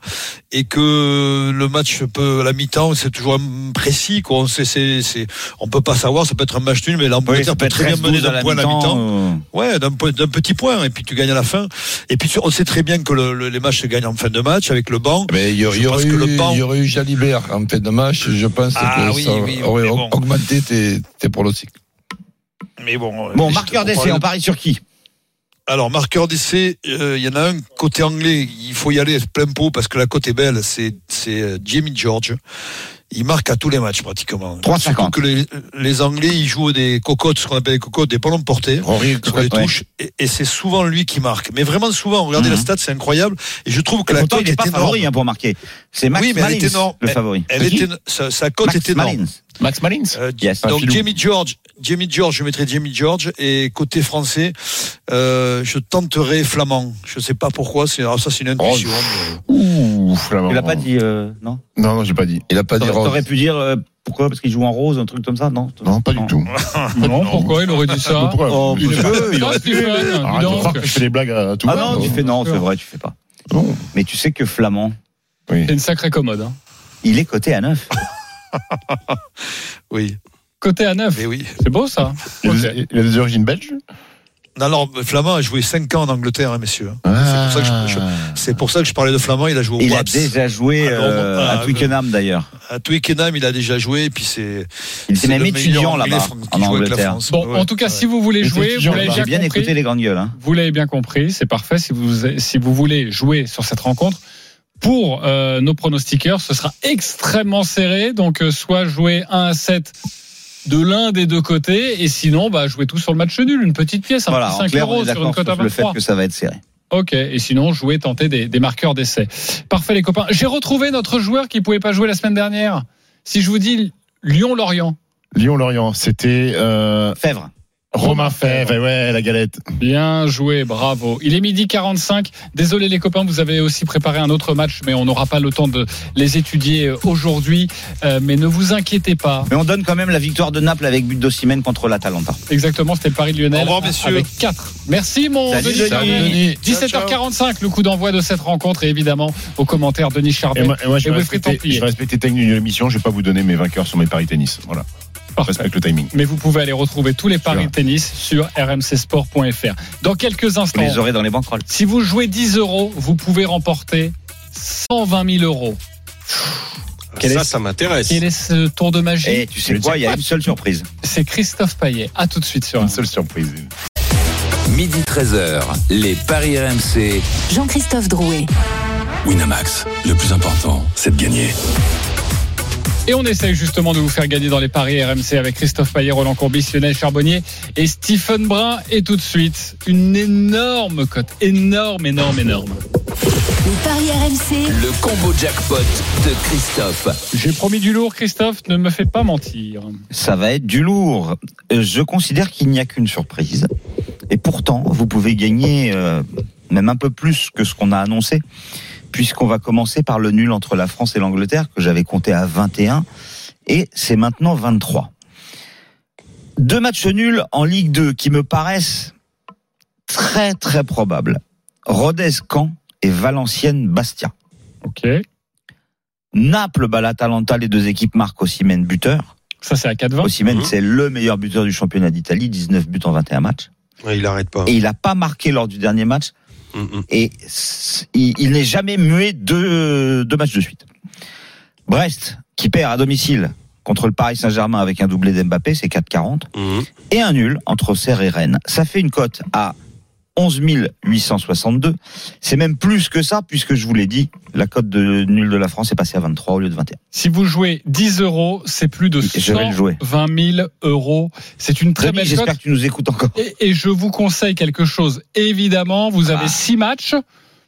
S13: et que le match peut à la mi-temps c'est toujours précis quoi. On sait, c'est- c'est- on peut pas savoir ça peut être un match nul mais
S6: Oui,
S13: l'Angleterre
S6: ça
S13: peut
S6: peut être
S13: très bien
S6: 13
S13: mener
S6: 12 à
S13: d'un
S6: la
S13: point à la mi-temps.
S6: mi-temps. euh,
S13: Ouais, d'un po- d'un petit point et puis tu gagnes à la fin. Et puis on sait très bien que le- le- les matchs se gagnent en fin de match avec le banc.
S2: Mais il y,
S13: Je
S2: il y
S13: pense
S2: aurait
S13: que
S2: eu,
S13: le banc-
S2: il y aurait eu Jalibert en fin de match. Je pense
S13: Ah
S2: que
S13: oui,
S2: ça
S13: oui,
S2: aurait
S13: mais bon.
S2: augmenté tes, tes pronostics.
S13: Mais bon. euh,
S6: Bon,
S13: je-
S6: marqueur
S13: on
S6: d'essai,
S13: parle-
S6: on parie sur qui
S13: Alors, marqueur d'essai, euh, il y en a un côté anglais, il faut y aller plein pot parce que la côte est belle, c'est c'est, euh, Jimmy George. Il marque à tous les matchs pratiquement.
S6: 3,50.
S13: Surtout que les, les Anglais, ils jouent des cocottes, ce qu'on appelle des cocottes, des ballons portés.
S2: Rory,
S13: Sur les
S6: Ouais.
S13: touches, et, et c'est souvent lui qui marque. Mais vraiment souvent, regardez
S6: Mhm.
S13: la stat, c'est incroyable. Et je trouve que
S6: Et
S13: la
S6: Pourtant,
S13: cote
S6: il n'est
S13: est
S6: pas
S13: énorme.
S6: favori hein, pour marquer. C'est Max
S13: Oui, mais elle est
S6: Malins,
S13: énorme.
S6: le favori.
S13: Elle
S6: C'est
S13: est
S6: qui
S13: éno- sa, sa cote
S6: Max
S13: est énorme.
S6: Malins.
S4: Max Malins
S13: Euh,
S6: Yes.
S4: Ah,
S13: donc
S4: Philou.
S13: Jamie George, Jamie George, je mettrais Jamie George et côté français, euh, je tenterai Flamand. Je sais pas pourquoi, c'est alors ça c'est une intuition. euh,
S4: Ouh, Flamand.
S6: Tu l'as pas dit, euh, non
S4: Non, non, j'ai pas dit.
S2: Il a pas dit
S6: T'aurais
S2: Rose.
S6: t'aurais pu dire euh, pourquoi Parce qu'il joue en rose, un truc comme ça Non,
S4: Non, pas du tout.
S3: Non, pourquoi il aurait dit
S4: Mais
S3: ça
S4: pourquoi
S6: Oh,
S4: Il-
S13: bah,
S6: monsieur, il aurait
S3: Putain,
S6: pu.
S3: Stéphane, dis
S4: Arrête de
S3: donc.
S4: croire que je fais des blagues euh, à tout
S6: Ah
S4: le
S6: non,
S4: monde.
S6: tu fais non, c'est
S3: Sûr.
S6: vrai, tu fais pas.
S4: Non.
S6: Mais tu sais que Flamand,
S3: C'est une sacrée commode. hein.
S6: il est coté à 9.
S13: Oui,
S3: Côté à 9,
S13: mais oui.
S3: c'est beau ça.
S4: Il a
S3: Ok.
S4: des- il a des origines belges
S13: Non, non, Flamand a joué 5 ans en Angleterre, hein, messieurs.
S4: Ah.
S13: C'est pour ça que je, je- c'est pour ça que je parlais de Flamand. Il a joué au
S6: Il a
S13: Waps.
S6: déjà joué
S13: Ah, non,
S6: euh,
S13: ah,
S6: à Twickenham d'ailleurs.
S13: à Twickenham. Il a déjà joué. Et puis c'est.
S6: Il
S13: c'est
S6: était même
S13: le meilleur
S6: étudiant
S13: Anglais
S6: là-bas,
S13: fran- qui
S6: en
S13: joue avec la
S6: Angleterre.
S13: France.
S3: Bon,
S13: Ouais,
S3: en tout cas,
S13: ouais.
S3: si vous voulez
S4: Les
S3: jouer, vous
S4: étudiants,
S3: l'avez
S4: là.
S6: J'ai bien
S3: bien
S6: écouté
S3: compris.
S6: les grandes gueules. hein.
S3: Vous l'avez bien compris, c'est parfait. Si vous, si vous voulez jouer sur cette rencontre, pour euh, nos pronostiqueurs, ce sera extrêmement serré. Donc, euh, soit jouer 1 à 7 de l'un des deux côtés, et sinon, bah, jouer tout sur le match nul, une petite pièce, un
S6: Voilà,
S3: petit
S6: en
S3: 5
S6: clair, on
S3: euros
S6: est
S3: sur une
S6: d'accord
S3: cote à
S6: sur le fait
S3: 23.
S6: que ça va être serré.
S3: Ok, et sinon, jouer, tenter des, des marqueurs d'essai. Parfait, les copains. J'ai retrouvé notre joueur qui pouvait pas jouer la semaine dernière. Si je vous dis Lyon-Lorient.
S4: Lyon-Lorient, c'était euh,
S6: Fèvre.
S4: Romain Fèvre, et ouais, la galette.
S3: Bien joué, bravo. Il est midi 45. Désolé les copains, vous avez aussi préparé un autre match, mais on n'aura pas le temps de les étudier aujourd'hui. Euh, mais ne vous inquiétez pas.
S6: Mais on donne quand même la victoire de Naples avec but d'Ossimène contre l'Atalanta.
S3: Exactement, c'était le pari de Lionel.
S13: Au revoir, messieurs.
S3: Avec 4. Merci, mon
S6: Salut,
S3: Denis
S6: Denis.
S3: Charvet.
S6: Salut,
S2: Denis.
S3: 17h45, le coup d'envoi de cette rencontre, et évidemment, aux commentaires, Denis
S4: Et
S3: Charvet.
S4: moi, et moi, je,
S3: Et
S4: vais
S3: Wilfried
S4: respecter,
S3: Templier.
S4: je vais respecter le technique de l'émission, je vais pas vous donner mes vainqueurs sur mes paris tennis. Voilà. Je
S3: Parfait.
S4: respecte le timing.
S3: Mais vous pouvez aller retrouver tous les paris
S4: Sûr.
S3: tennis sur rmcsport.fr. Dans quelques
S6: Vous
S3: instants,
S6: les aurez dans les banquerolles.
S3: si vous jouez 10 euros, vous pouvez remporter 120 000 euros. Quel
S5: ça,
S3: est-
S5: ça m'intéresse.
S3: Quel est ce tour de magie
S6: Et tu sais
S4: Le
S6: quoi, il y a une seule surprise.
S3: C'est Christophe Paillet. À tout de suite sur
S4: Une
S3: RMC.
S4: seule surprise.
S9: Midi 13h, les paris RMC.
S10: Jean-Christophe Drouet.
S11: Winamax, le plus important, c'est de gagner.
S3: Et on essaye justement de vous faire gagner dans les paris RMC avec Christophe Payet, Roland Courbis, Lionel Charbonnier et Stephen Brun. Et tout de suite, une énorme cote. Énorme, énorme, énorme.
S10: Les paris RMC.
S9: Le combo jackpot de Christophe.
S3: J'ai promis du lourd, Christophe, ne me fais pas mentir.
S6: Ça va être du lourd. Euh, Je considère qu'il n'y a qu'une surprise. Et pourtant, vous pouvez gagner euh, même un peu plus que ce qu'on a annoncé, puisqu'on va commencer par le nul entre la France et l'Angleterre, que j'avais compté à 21, et c'est maintenant 23. Deux matchs nuls en Ligue 2 qui me paraissent très très probables. Rodez-Camp et Valenciennes-Bastia.
S3: Ok.
S6: Naples bat l'Atalanta, les deux équipes marquent aussi mène buteur.
S3: Ça, c'est à 4-20.
S6: Osimhen, c'est le meilleur buteur du championnat d'Italie, 19 buts en 21 matchs.
S5: Ouais, il n'arrête pas.
S6: Et il n'a pas marqué lors du dernier match.
S4: Mm,
S6: Et s- il, il n'est jamais muet deux, deux matchs de suite. Brest, qui perd à domicile contre le Paris Saint-Germain avec un doublé d'Mbappé, c'est 4,40.
S4: mm,
S6: Et un nul entre Auxerre et Rennes. Ça fait une cote à 11 862. C'est même plus que ça, puisque je vous l'ai dit, la cote de nul de la France est passée à 23 au lieu de 21.
S3: Si vous jouez 10 euros, c'est plus de
S6: Je vais le
S3: 120
S6: jouer.
S3: 000 euros. C'est une très
S6: Denis,
S3: belle
S6: j'espère
S3: cote.
S6: que tu nous écoutes encore.
S3: Et, et je vous conseille quelque chose. Évidemment, vous
S6: Ah.
S3: avez 6 matchs,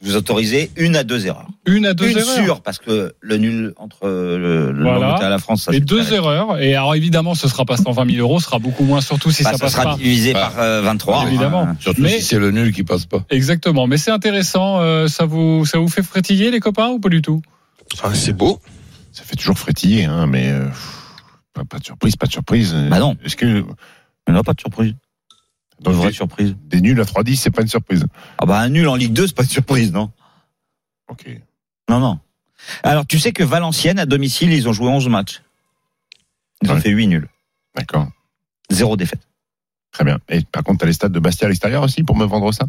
S6: Vous autorisez une à deux erreurs.
S3: une à deux
S6: une
S3: erreurs.
S6: sûre, parce que le nul entre euh, le, le
S3: Voilà.
S6: remonté à la France, ça,
S3: et
S6: c'est
S3: deux
S6: pareil.
S3: erreurs. Et alors évidemment, ce sera pas 120 000 euros, ce sera beaucoup moins, surtout si
S6: Bah,
S3: ça,
S6: ça
S3: passe
S6: sera
S3: pas. bah,
S6: divisé par euh, 23.
S3: Évidemment.
S6: hein.
S2: Surtout
S3: Mais-
S2: si c'est le nul qui passe pas.
S3: Exactement. Mais c'est intéressant. euh, ça vous ça vous fait frétiller les copains ou pas du tout
S5: c'est beau.
S4: Ça fait toujours frétiller, hein, mais euh, pff, pas, pas de surprise, pas de surprise.
S6: Bah non.
S4: Est-ce que
S6: Non, pas de surprise.
S4: Donc,
S6: vraie
S4: des-
S6: surprise.
S4: Des nuls à 3-10, c'est pas une surprise.
S6: Ah bah un nul en Ligue 2, c'est pas de surprise, non
S4: Ok.
S6: Non, non. Alors tu sais que Valenciennes, à domicile, ils ont joué 11 matchs. Ils ont
S4: Ouais.
S6: fait 8 nuls.
S4: D'accord.
S6: Zéro défaite.
S4: Très bien. Et par contre, t'as les stades de Bastia à l'extérieur aussi pour me vendre ça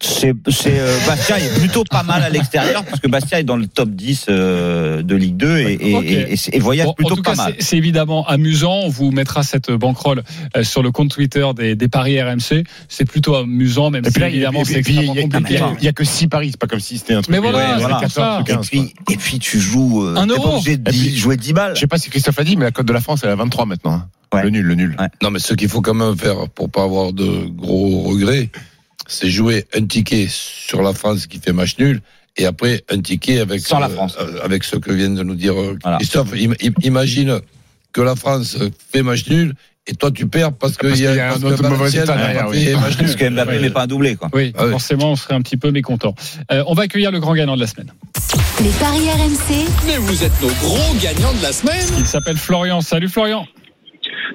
S6: C'est c'est, euh, Bastia est plutôt pas mal à l'extérieur parce que Bastia est dans le top 10 euh, de Ligue 2 et, et-
S3: Ok.
S6: et- et c'est- et voyage
S3: Bon, en
S6: plutôt
S3: tout
S6: pas
S3: cas,
S6: mal.
S3: c'est- C'est évidemment amusant. On vous mettra cette banquerolle euh, sur le compte Twitter des, des paris RMC. C'est plutôt amusant, même
S4: Et
S3: si
S4: puis là,
S3: évidemment
S4: et puis-
S3: c'est
S4: et puis,
S3: extrêmement
S4: il y a-
S3: compliqué. Ah,
S4: Il n'y a que 6 paris, c'est pas comme si c'était un truc.
S3: Mais voilà,
S4: Ouais,
S3: c'est pour
S4: 14
S3: ça.
S4: ou 15,
S6: Et puis, et puis tu joues. Euh,
S3: Un
S6: t'es pas
S3: euro.
S6: obligé de
S4: Et puis-
S6: dix- jouer 10 balles.
S4: Je sais pas si Christophe a dit, mais la cote de la France, elle est à 23 maintenant. hein.
S6: Ouais.
S4: Le nul, le nul.
S2: Non, mais ce qu'il faut quand même faire pour pas avoir de gros regrets, c'est jouer un ticket sur la France qui fait match nul. Et après, un ticket avec,
S6: Sans la France.
S2: euh, avec ce que vient de nous dire euh,
S6: Voilà.
S2: Christophe. Im- im- imagine que la France fait match nul et toi tu perds parce qu'il
S4: Ah, Parce
S2: y,
S4: qu'il y a
S2: parce
S4: un
S2: que
S4: autre mauvais
S2: Valenciennes
S4: état
S2: a
S4: derrière,
S2: fait
S4: oui.
S2: match nul.
S6: Parce que Mbappé
S2: Ouais.
S6: n'est pas un doublé, quoi.
S3: Oui,
S2: Ah oui.
S3: forcément, on serait un petit peu mécontent. Euh, on va accueillir le grand gagnant de la semaine.
S10: Les paris RMC,
S9: Mais vous êtes nos gros gagnants de la semaine.
S3: Il s'appelle Florian. Salut Florian.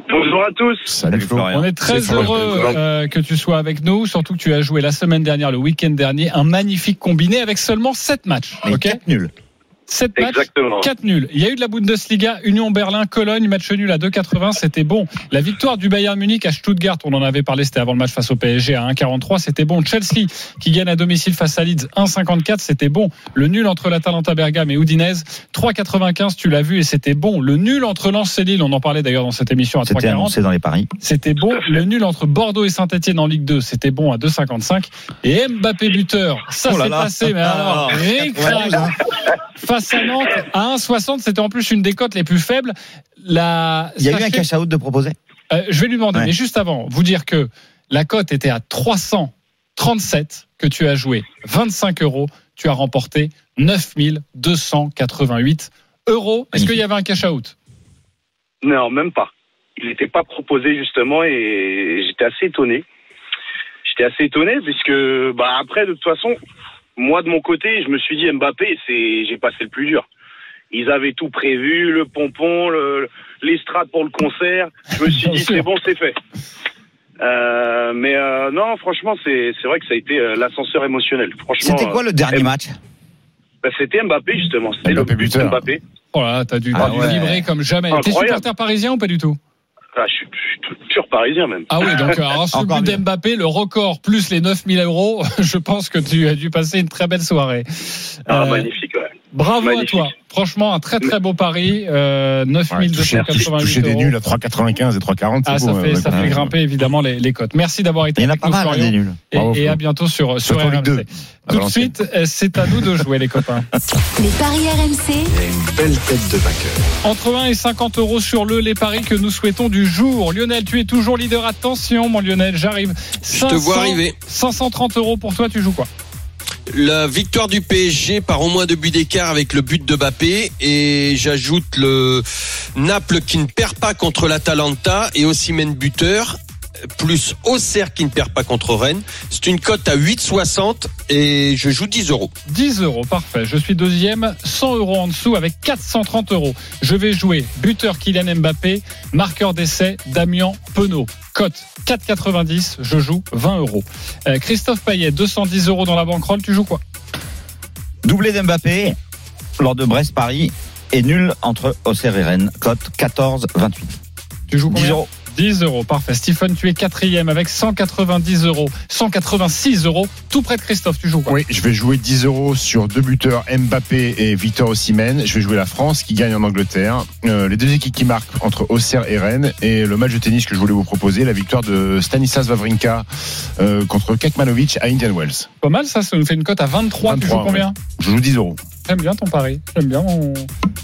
S8: Bonjour à tous.
S6: Salut Florian.
S3: On est très
S4: C'est Florian.
S3: heureux euh, que tu sois avec nous, surtout que tu as joué la semaine dernière, le week-end dernier, un magnifique combiné avec seulement 7 matchs.
S6: Mais
S3: ok
S6: quatre nuls.
S3: 7 matchs,
S8: Exactement.
S3: 4 nuls. Il y a eu de la Bundesliga, Union Berlin, Cologne, match nul à 2,80, c'était bon. La victoire du Bayern Munich à Stuttgart, on en avait parlé, c'était avant le match face au PSG à 1,43, c'était bon. Chelsea qui gagne à domicile face à Leeds 1,54, c'était bon. Le nul entre l'Atalanta Bergame et Udinese 3,95, tu l'as vu et c'était bon. Le nul entre Lens et Lille, on en parlait d'ailleurs dans cette émission à
S6: C'était
S3: 3,40.
S6: annoncé dans les paris.
S3: C'était bon. Le nul entre Bordeaux et Saint-Etienne en Ligue 2, c'était bon à 2,55. Et Mbappé buteur, ça
S6: Oh là
S3: s'est
S6: là. Ah,
S3: passé, mais alors, ric-rac. Face à Nantes, à 1,60, c'était en plus une des cotes les plus faibles. La...
S6: Il y a eu
S3: sachez-
S6: un cash out de proposer.
S3: Euh, je vais lui demander,
S6: Ouais.
S3: mais juste avant, vous dire que la cote était à 337, que tu as joué 25 euros, tu as remporté 9288 euros. Est-ce
S6: Magnifique.
S3: qu'il y avait un cash out
S14: Non, même pas. Il n'était pas proposé justement et j'étais assez étonné. J'étais assez étonné puisque bah après de toute façon, moi de mon côté, je me suis dit Mbappé, c'est j'ai passé le plus dur. Ils avaient tout prévu, le pompon, le- l'estrade pour le concert. Je me suis
S3: Bien
S14: dit
S3: sûr.
S14: c'est bon, c'est fait. Euh, mais euh, non, franchement, c'est c'est vrai que ça a été euh, l'ascenseur émotionnel. Franchement,
S6: C'était quoi le dernier
S14: euh,
S6: match
S14: bah, C'était Mbappé justement. C'était le
S4: Mbappé
S14: but
S4: buteur.
S14: Mbappé.
S3: Oh là, là, t'as dû,
S6: Ah
S3: t'as dû
S6: ouais.
S3: vibrer comme jamais. T'es
S14: Incroyable.
S3: supporter parisien ou pas du tout
S14: Ah, je suis je suis pur parisien même.
S3: Ah oui, donc alors, sur le
S6: Encore
S3: but
S6: mieux.
S3: d'Mbappé, le record plus les 9000 euros, je pense que tu as dû passer une très belle soirée.
S14: Ah,
S3: Euh,
S14: magnifique. Ouais.
S3: Bravo
S14: Magnifique.
S3: à toi. Franchement, un très très beau pari. Euh,
S4: Ouais, toucher,
S3: 9288
S4: toucher des
S3: euros.
S4: nuls à 3,95 et 3,40,
S3: Ah,
S4: c'est
S3: ça
S4: beau. hein,
S3: fait,
S4: ouais,
S3: ça
S4: ouais.
S3: fait grimper évidemment les, les cotes. Merci d'avoir été
S6: Il y en a
S3: avec
S6: pas
S3: nous,
S6: mal, hein, des
S3: Florian.
S6: nuls.
S3: Et,
S4: Bravo,
S3: et
S4: Flo.
S3: à bientôt sur, sur
S4: Surtout en Ligue 2, à
S3: RMC. Tout de
S4: Valenciennes.
S3: suite, euh, c'est à nous de jouer, les copains.
S10: les paris RMC,
S9: Il y a une belle tête de vainqueur.
S3: Entre 1 et 50 euros sur le, les paris que nous souhaitons du jour. Lionel, tu es toujours leader. Attention, mon Lionel, j'arrive.
S5: Je te vois
S3: 500
S5: arriver.
S3: 530 euros pour toi, tu joues quoi
S5: La victoire du PSG par au moins deux buts d'écart avec le but de Mbappé et j'ajoute le Naples qui ne perd pas contre l'Atalanta et Osimhen buteur plus Auxerre qui ne perd pas contre Rennes. C'est une cote à 8,60 et je joue 10 euros.
S3: 10 euros, parfait. Je suis deuxième, 100 euros en dessous avec 430 euros. Je vais jouer buteur Kylian Mbappé, marqueur d'essai Damien Penaud. Cote 4,90, je joue 20 euros. Euh, Christophe Payet, 210 euros dans la banquerolle, tu joues quoi
S6: Doublé d'Mbappé lors de Brest-Paris et nul entre Auxerre et Rennes. Cote 14-28.
S3: Tu joues 10 euros. 10 euros, parfait. Stephen, tu es quatrième avec 190 euros, 186 euros, tout près de Christophe. Tu joues quoi
S4: Oui, je vais jouer 10 euros sur deux buteurs Mbappé et Victor Osimhen. Je vais jouer la France qui gagne en Angleterre. Euh, les deux équipes qui marquent entre Auxerre et Rennes et le match de tennis que je voulais vous proposer, la victoire de Stanislas Wawrinka euh, contre Kekmanovic à Indian Wells.
S3: Pas mal ça, ça nous fait une cote à 23. tu
S4: 23,
S3: joues combien
S4: ouais. Je joue 10 euros.
S3: J'aime bien ton pari. J'aime bien mon,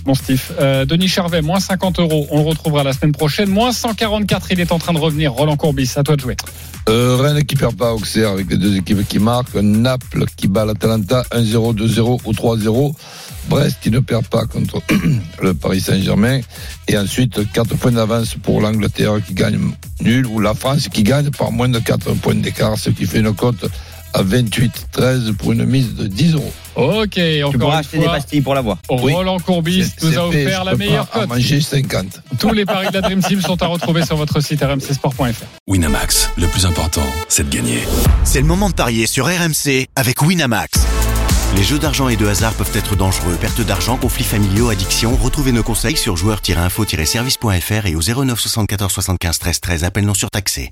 S3: mon Steve. Euh, Denis Charvet, moins 50 euros. On le retrouvera la semaine prochaine. Moins 144, il est en train de revenir. Roland Courbis, à toi de jouer.
S2: Euh, Rennes qui perd pas Auxerre avec les deux équipes qui marquent. Naples qui bat l'Atalanta 1-0, 2-0 ou 3-0. Brest qui ne perd pas contre le Paris Saint-Germain. Et ensuite, 4 points d'avance pour l'Angleterre qui gagne nul ou la France qui gagne par moins de 4 points d'écart, ce qui fait une cote à 28-13 pour une mise de 10 euros.
S3: Ok, encore
S2: pourras
S3: une
S2: acheter
S3: fois,
S2: des pastilles pour l'avoir. Oui.
S3: Roland Courbis
S2: C'est-
S3: nous
S2: c'est
S3: a
S2: fait,
S3: offert
S2: je
S3: la
S2: peux
S3: meilleure
S2: pas Ah, en
S3: cote.
S2: manger 50.
S3: Tous les paris de la Dream Team sont à retrouver sur votre site rmcsport.fr.
S11: Winamax, le plus important, c'est de gagner.
S15: C'est le moment de parier sur RMC avec Winamax. Les jeux d'argent et de hasard peuvent être dangereux. Perte d'argent, conflits familiaux, addiction. Retrouvez nos conseils sur joueurs-info-service.fr et au 09 74 75 13 13. Appel non surtaxé.